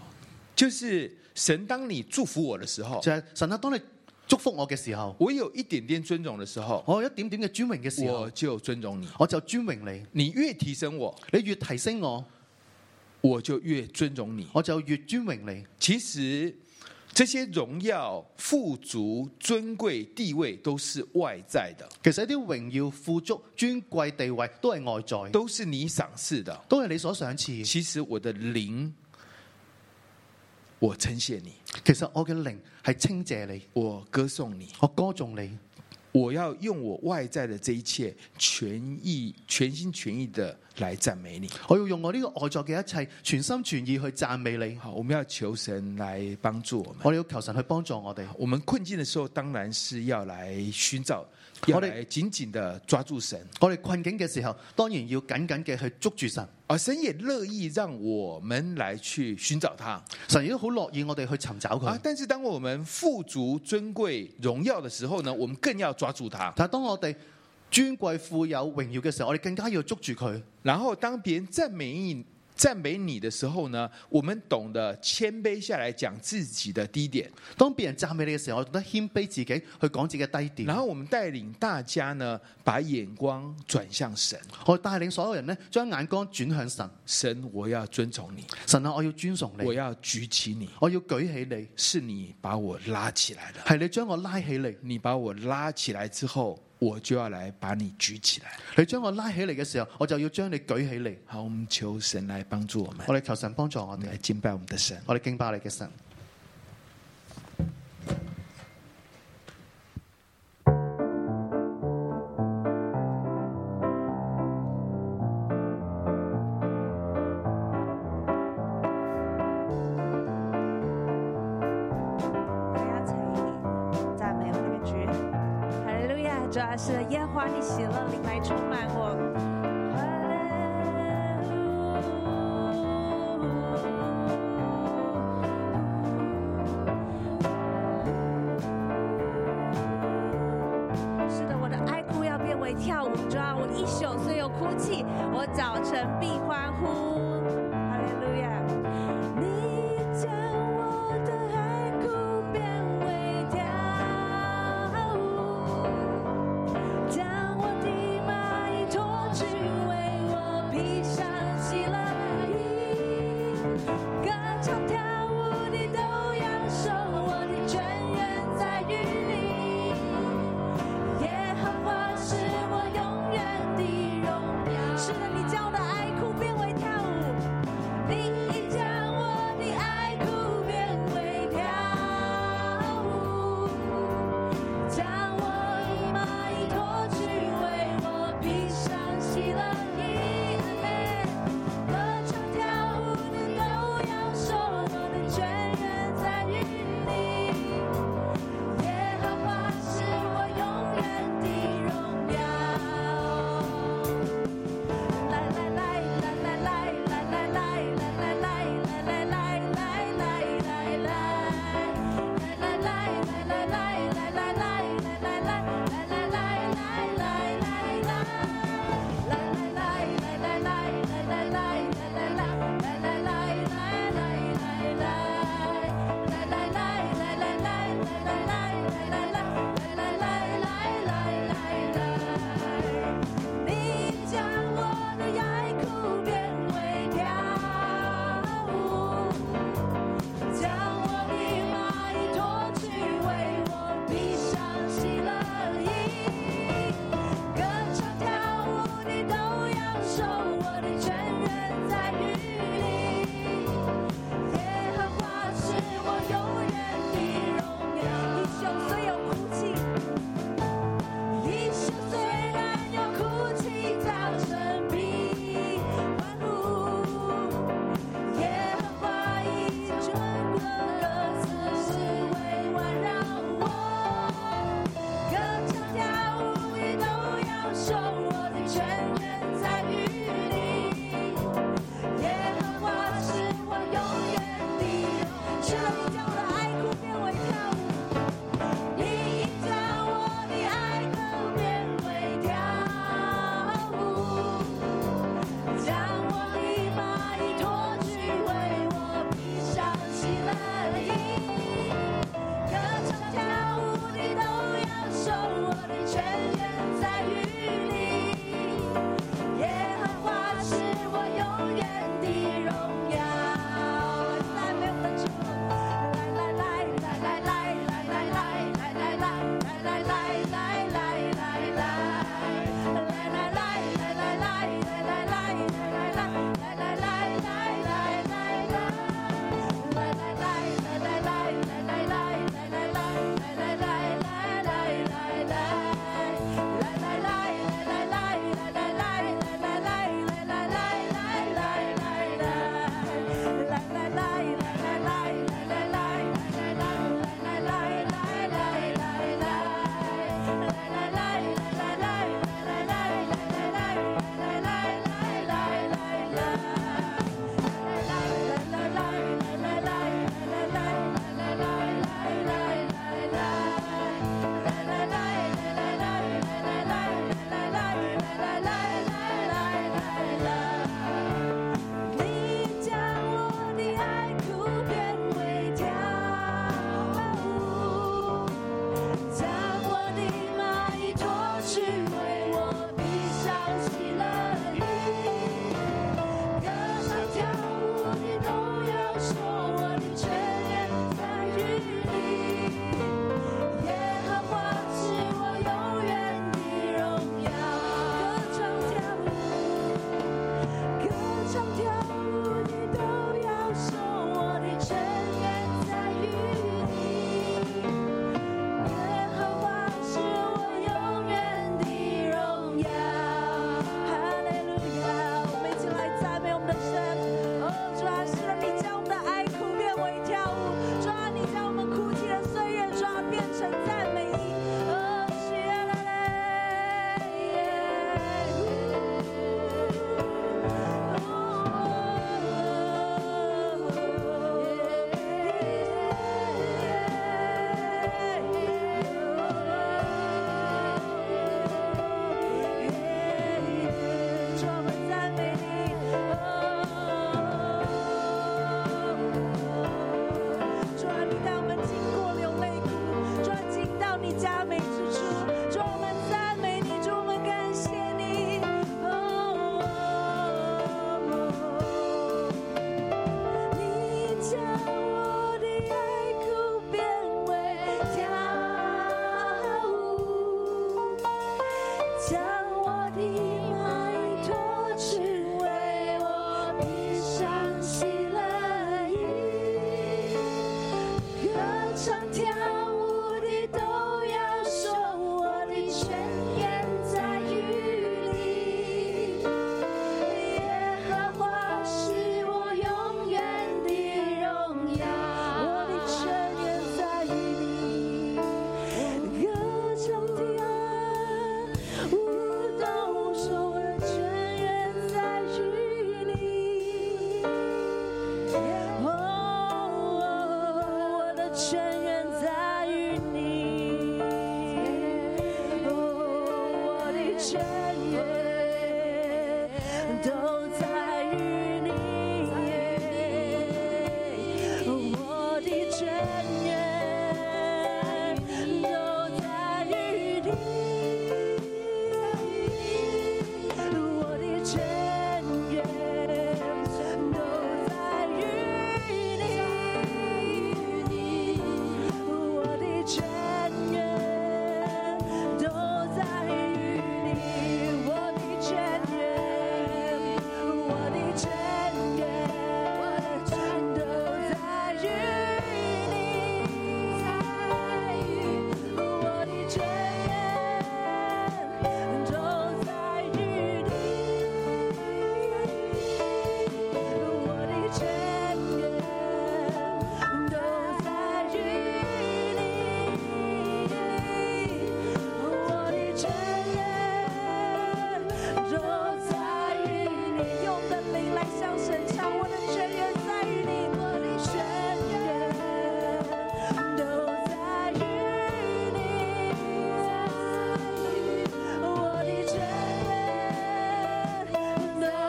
[SPEAKER 2] 就是神，当你祝福我的时候，
[SPEAKER 3] 就係神啊，當你祝福我嘅時候，
[SPEAKER 2] 我有一点点尊荣的时候，
[SPEAKER 3] 我有一點點嘅尊榮嘅時候
[SPEAKER 2] 我，就尊荣你。
[SPEAKER 3] 我就尊榮你。
[SPEAKER 2] 你越提升我，
[SPEAKER 3] 你越提升我，
[SPEAKER 2] 我就越尊荣你。
[SPEAKER 3] 我就越尊榮你。
[SPEAKER 2] 其实这些荣耀、富足、尊贵、地位都是外在的，
[SPEAKER 3] 其實一啲榮耀、富足、尊貴、地位都係外在，
[SPEAKER 2] 都是你赏赐的。
[SPEAKER 3] 都係你所想賜。
[SPEAKER 2] 其实我的灵，我称谢你，
[SPEAKER 3] 其實我嘅靈係稱謝你，
[SPEAKER 2] 我歌颂你。
[SPEAKER 3] 我歌頌你，
[SPEAKER 2] 我要用我外在的这一切，全意、全心全意的来赞美你。
[SPEAKER 3] 我要用我呢個外在嘅一切，全心全意去讚美你。
[SPEAKER 2] 好，我们要求神来帮助我们。
[SPEAKER 3] 我哋要求神去幫助我哋。
[SPEAKER 2] 我们困境的时候，当然是要来寻找，
[SPEAKER 3] 我
[SPEAKER 2] 要
[SPEAKER 3] 哋
[SPEAKER 2] 来紧紧的抓住神，
[SPEAKER 3] 我哋困境嘅時候，當然要緊緊嘅去捉住神。
[SPEAKER 2] 而啊神也乐意让我们来去寻找他
[SPEAKER 3] 神亦都好樂意我哋去尋找
[SPEAKER 2] 啊
[SPEAKER 3] 佢。。
[SPEAKER 2] 但是当我们富足、尊贵、荣耀的时候呢，我们更要抓住他。
[SPEAKER 3] 但係當我哋尊貴、富有、榮耀嘅時候，我哋更加要捉住佢。
[SPEAKER 2] 然后当别人赞美你、赞美你的时候呢，我们懂得谦卑下来讲自己的低点，
[SPEAKER 3] 當別人讚美你嘅時候，我哋都謙卑自己去講自己嘅低
[SPEAKER 2] 然
[SPEAKER 3] 點。
[SPEAKER 2] 后我们带领大家呢，把眼光转向神。
[SPEAKER 3] 我哋帶領所有人呢，將眼光轉向神。
[SPEAKER 2] 神，我要尊崇你，
[SPEAKER 3] 神啊，我要尊崇
[SPEAKER 2] 我
[SPEAKER 3] 你，
[SPEAKER 2] 要举起你。
[SPEAKER 3] 我要舉起你，
[SPEAKER 2] 是你把我拉起来的。
[SPEAKER 3] 係你將我拉起嚟。
[SPEAKER 2] 你把我拉起来之后，我就要来把你举起来。
[SPEAKER 3] 你將我拉起嚟嘅時候，我就要將你舉起嚟。
[SPEAKER 2] 好，我们求神来帮助我们，
[SPEAKER 3] 我哋求神幫助我
[SPEAKER 2] 我们
[SPEAKER 3] 哋
[SPEAKER 2] 来，敬拜我们的神。
[SPEAKER 3] 我哋敬拜你嘅神。
[SPEAKER 4] 大家一起赞美我们的主。哈利路亚！主要是耶和华你喜乐，灵来充满我。哈利路是的，我的哀哭要变为跳舞，主啊要我一宿虽有哭泣，我早晨必欢呼。哈利路亚。你将我的爱哭变为跳舞，将我的麻衣脱去，为我披上喜乐衣。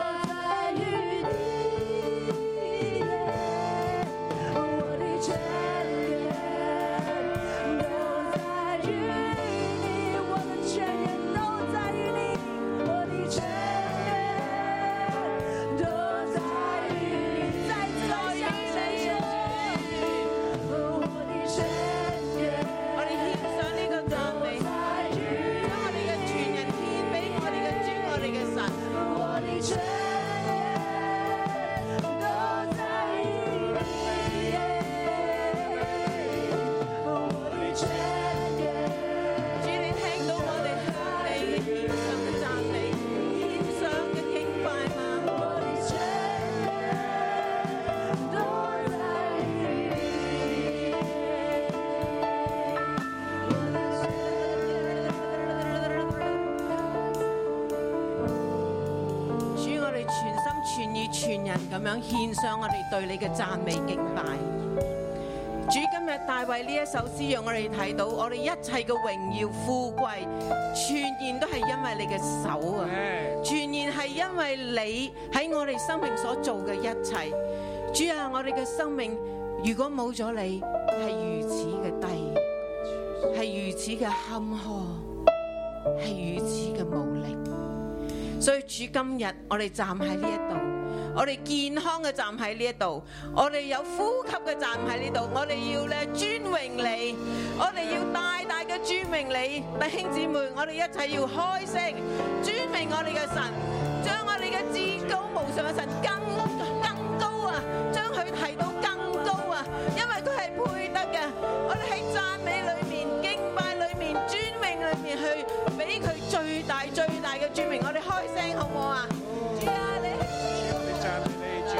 [SPEAKER 5] 啊啊哦人咁樣獻上我哋對你嘅讚美敬拜。主今日大衛呢一首詩，讓我哋睇到我哋一切嘅榮耀富貴，全然都係因為你嘅手啊！全然係因為你喺我哋生命所做嘅一切。主啊，我哋嘅生命如果冇咗你，係如此嘅低，係如此嘅坎坷，係如此嘅無力。所以主今日我哋站喺呢一度，我哋健康嘅站喺呢一度，我哋有呼吸嘅站喺呢度，我哋要咧尊榮你，我哋要大大嘅尊榮你，弟兄姊妹，我哋一齊要開聲尊榮我哋嘅神，將我哋嘅至高無上嘅神更更高啊，將佢提到更高啊，因為佢係配得嘅，我哋喺讚美裏面、敬拜裏面、尊榮裏面去俾佢最大最大嘅尊榮，我哋開聲好唔好啊？主啊，你係至高無上
[SPEAKER 6] 主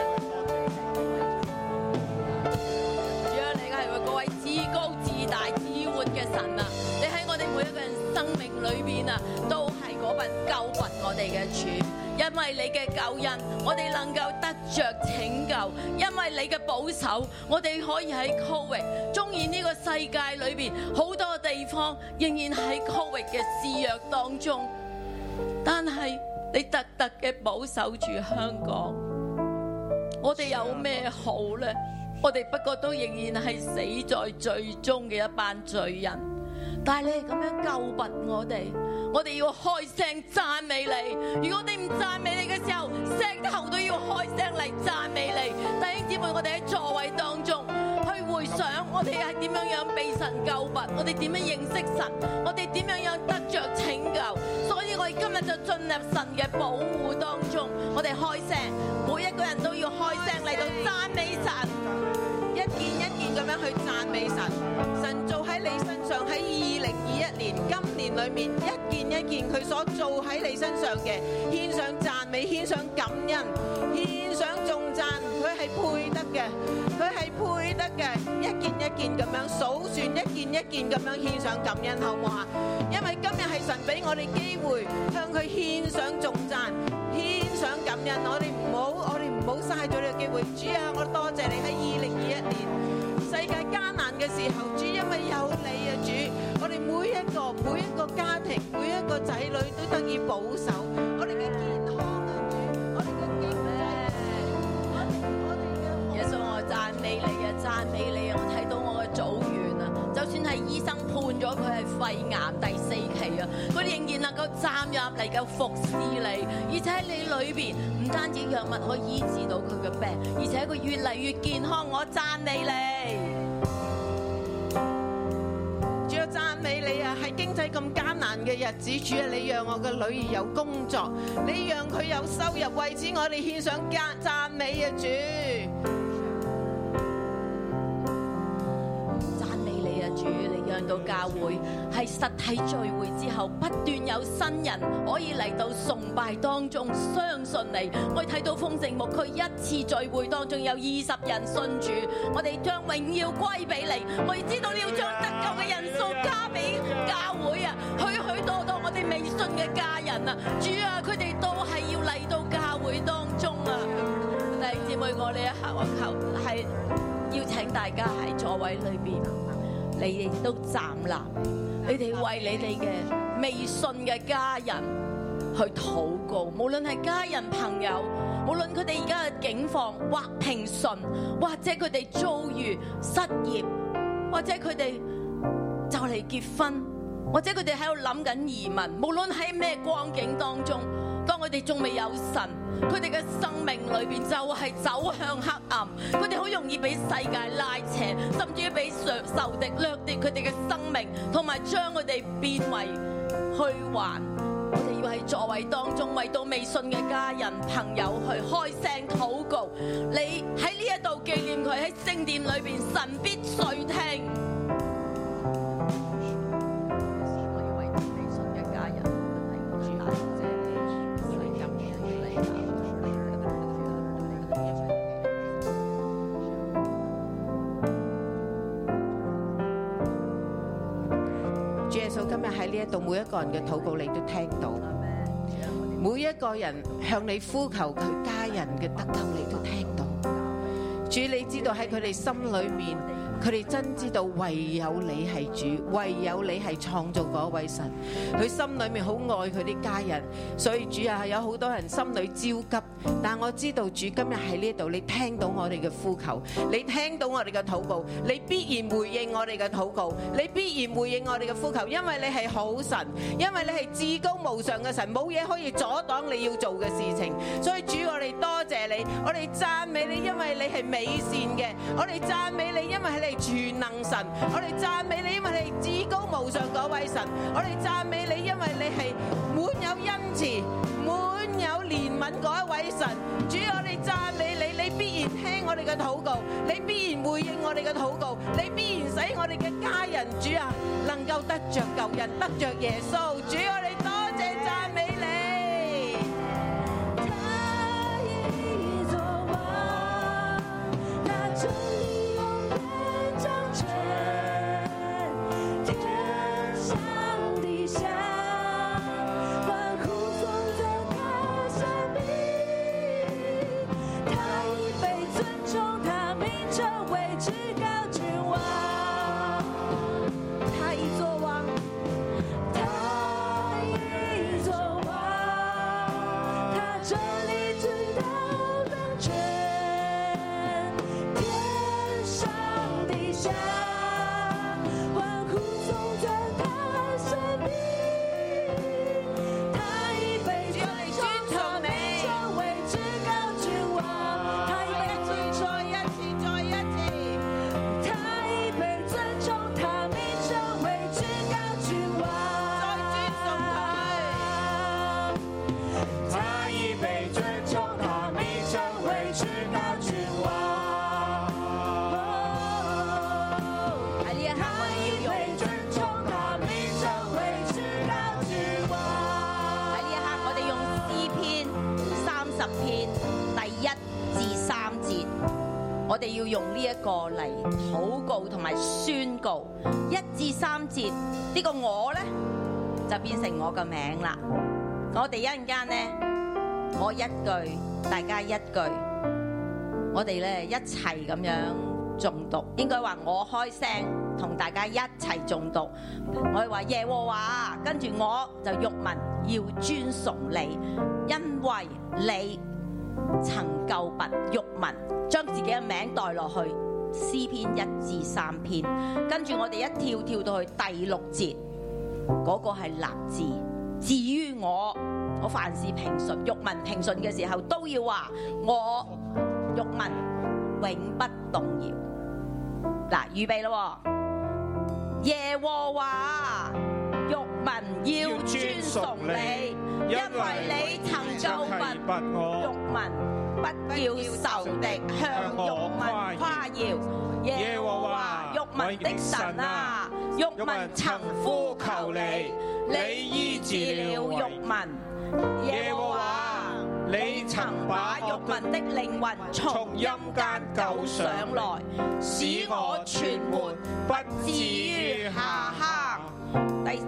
[SPEAKER 6] 啊，你係各位至高至大至活嘅神啊！你喺我哋每一個人生命裏邊啊，都係嗰份救拔我哋嘅主。因為你嘅救恩，我哋能夠得着拯救；因為你嘅保守，我哋可以喺 Covid，縱然呢個世界裏邊好多地方仍然喺 Covid 嘅肆虐當中，但係你特特嘅保守住香港。我哋有咩好呢？我哋不過都仍然係死在最終嘅一班罪人，但係你係咁樣救拔我哋，我哋要開聲讚美你。如果我哋唔讚美你嘅時候，聲頭都要開聲嚟讚美你。弟兄姊妹，我哋喺座位當中去回想，我哋係點樣樣被神救拔，我哋點樣認識神，我哋點樣樣得着拯救。所以我哋今日就進入神嘅保護當中，我哋開聲，每一個人都要開聲嚟到讚美神。
[SPEAKER 5] 一件一件咁樣去讚美神。神做喺你身上，喺二零二一年今年裏面，一件一件佢所做喺你身上嘅，獻上讚美，獻上感恩，獻上頌讚，佢係配得嘅，佢係配得嘅。一件一件咁樣數算，一件一件咁樣獻上感恩，好唔好啊？因為今日係神俾我哋機會，向佢獻上頌讚，獻上感恩。我哋唔好，我哋唔好嘥咗呢個機會。主啊，我多謝你喺二零二一年世界艱難嘅時候，主因為有你啊，主，我哋每一個每一個家庭，每一個仔女都得以保守，我哋嘅健康啊，主，我哋嘅經濟啊，主我哋我哋嘅
[SPEAKER 6] 耶穌，我讚美你啊，讚美你啊！我睇到我嘅組員啊，就算係醫生判咗佢係肺癌第四期啊，佢仍然能夠站入嚟夠服侍你，而且喺你裏邊唔單止藥物可以醫治到佢嘅病，而且佢越嚟越健康，我讚美你。
[SPEAKER 5] 主啊，讚美你啊！喺經濟咁艱難嘅日子，主啊，你讓我嘅女兒有工作，你讓佢有收入，為此我哋獻上讚讚美啊！主，
[SPEAKER 6] 讚美你啊，主！你讓到教會喺實體聚會之後，不斷有新人可以嚟到崇拜當中，相信你。我哋睇到豐盛牧區一次聚會當中有二十人信主，我哋將榮耀歸俾你。我哋知道你要將得救嘅人數加俾教會啊，許許多多我哋未信嘅家人啊，主啊，佢哋都係要嚟到教會當中啊！弟兄姊妹，我呢一刻我求係邀請大家喺座位裏邊，你哋都站立，你哋為你哋嘅未信嘅家人去禱告，無論係家人朋友，無論佢哋而家嘅境況或平順，或者佢哋遭遇失業，或者佢哋就嚟結婚，或者佢哋喺度諗緊移民，無論喺咩光景當中，當佢哋仲未有神，佢哋嘅生命裏邊就係走向黑暗，佢哋好容易俾世界拉扯，甚至於俾仇仇敵掠奪佢哋嘅生命，同埋將佢哋變為虛幻。我哋要喺座位當中為到未信嘅家人朋友去開聲禱告，你喺呢一度紀念佢喺聖殿裏邊，神必垂聽。我要為自己信嘅家人，係我主啊，謝你，你感謝你啊！
[SPEAKER 5] 主耶穌今日喺呢一度每一個人嘅禱告，你都聽到。每一個人向你呼求佢家人嘅得救，你都聽到。主，你知道喺佢哋心裏面，佢哋真知道唯有你係主，唯有你係創造嗰位神。佢心裏面好愛佢啲家人，所以主啊，有好多人心裏焦急。但我知道主今日喺呢度，你聽到我哋嘅呼求，你聽到我哋嘅禱告，你必然回應我哋嘅禱告，你必然回應我哋嘅呼求，因為你係好神，因為你係至高無上嘅神，冇嘢可以阻擋你要做嘅事情。所以主，我哋多謝你，我哋讚美你，因為你係美善嘅，我哋讚美你，因為你係全能神，我哋讚美你，因為你係至高無上嗰位神，我哋讚美你，因為你係滿有恩慈、滿有憐憫嗰一位神。主，我哋讚美你，你必然聽我哋嘅禱告，你必然回應我哋嘅禱告，你必然使我哋嘅家人主啊能夠得着救人，得着耶穌。主，我哋多謝讚美你。
[SPEAKER 4] 他已作王，他掌管掌权，天上地下，万物都在他手臂。他已被尊崇，他名成为至高之王。他已作王。他已作王，他这里直到当权，天上地下，万物颂赞他神名。他已被尊崇，他被称为至高之王，他已被尊崇。他已被尊重，他名成为至高君王。他已被尊重，他名成为至高君王。
[SPEAKER 6] 喺呢一刻，我
[SPEAKER 4] 他
[SPEAKER 6] 哋
[SPEAKER 4] 已
[SPEAKER 6] 要用
[SPEAKER 4] 被尊重，他名成为至高君王。
[SPEAKER 6] 喺呢一刻，我哋用詩篇三十篇第一至三節，我哋要用呢一個嚟禱告同埋宣告。一至三節呢、個我呢，就變成我嘅名啦。我哋一陣間呢，我一句，大家一句，我哋咧一齊咁樣中毒，應該話我開聲同大家一齊中毒。我哋話耶和華，跟住我就辱民要尊崇你，因為你曾救拔辱民，將自己嘅名代落去。詩篇一至三篇，跟住我哋一跳跳到去第六節，嗰、個係立志。至於我，我凡事平順，辱民平順嘅時候都要話我辱民永不動搖。嗱，預備咯喎！耶和華，辱民要尊崇你，因為你曾救拔辱民，不要仇敵向辱民誇耀。耶和華，辱民的神啊，辱民曾呼求你，你醫治了辱民。耶和華，你曾把辱民的靈魂從陰間救上來，使我全門不至於下坑。第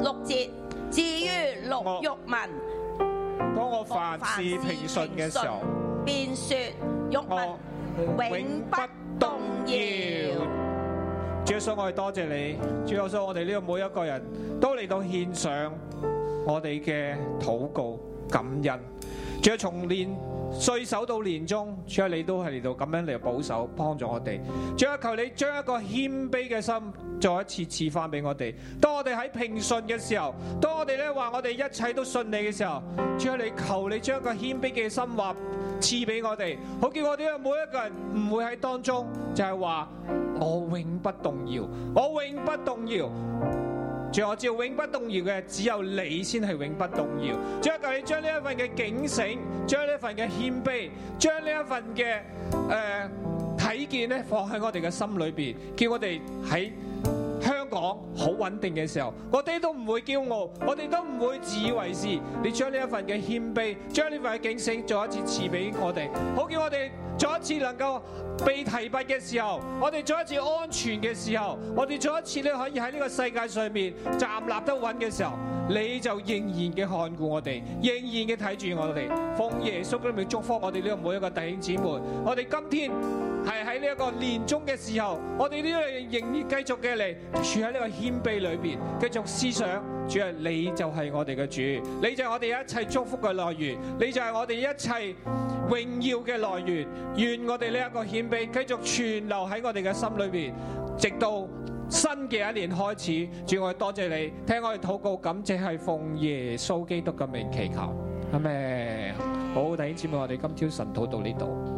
[SPEAKER 6] 六節，至於六辱民，
[SPEAKER 7] 當我凡事平順嘅時候，
[SPEAKER 6] 便說辱
[SPEAKER 7] 我
[SPEAKER 6] 民永不動搖。
[SPEAKER 7] 主耶穌，我哋多謝你，主耶穌，我哋呢度每一個人都嚟到獻上我哋嘅禱告感恩。主啊，從年歲首到年終，主啊，你都係嚟到咁樣嚟到保守幫助我哋。主啊，求你將一個謙卑嘅心再一次賜翻俾我哋。當我哋喺平順嘅時候，當我哋咧話我哋一切都順利嘅時候，主啊，你求你將一個謙卑嘅心話賜俾我哋，好叫我哋咧每一個人唔會喺當中就係話我永不動搖，我永不動搖。主啊我知道永不動搖嘅只有你先係永不動搖。主啊，求你將呢一份嘅警醒，將呢一份嘅謙卑，將呢一份嘅誒、呃、睇見咧，放喺我哋嘅心裏邊，叫我哋喺香港港好穩定嘅時候，我哋都唔會驕傲，我哋都唔會自以為是。你將呢一份嘅謙卑，將呢份嘅警醒，再一次賜俾我哋，好叫我哋再一次能夠被提拔嘅時候，我哋再一次安全嘅時候，我哋再一次咧可以喺呢個世界上面站立得穩嘅時候，你就仍然嘅看顧我哋，仍然嘅睇住我哋，奉耶穌嘅名祝福我哋呢個每一個弟兄姊妹。我哋今天係喺呢一個年終嘅時候，我哋呢度仍然繼續嘅嚟處喺呢個謙卑裏邊，繼續思想。主啊，你就係我哋嘅主，你就係我哋一切祝福嘅來源，你就係我哋一切榮耀嘅來源。願我哋呢一個獻卑繼續存留喺我哋嘅心裏邊，直到新嘅一年開始。主，我哋多謝你，聽我哋禱告，感謝係奉耶穌基督嘅名祈求，阿咩？好，弟兄姊妹，我哋今朝晨禱到呢度。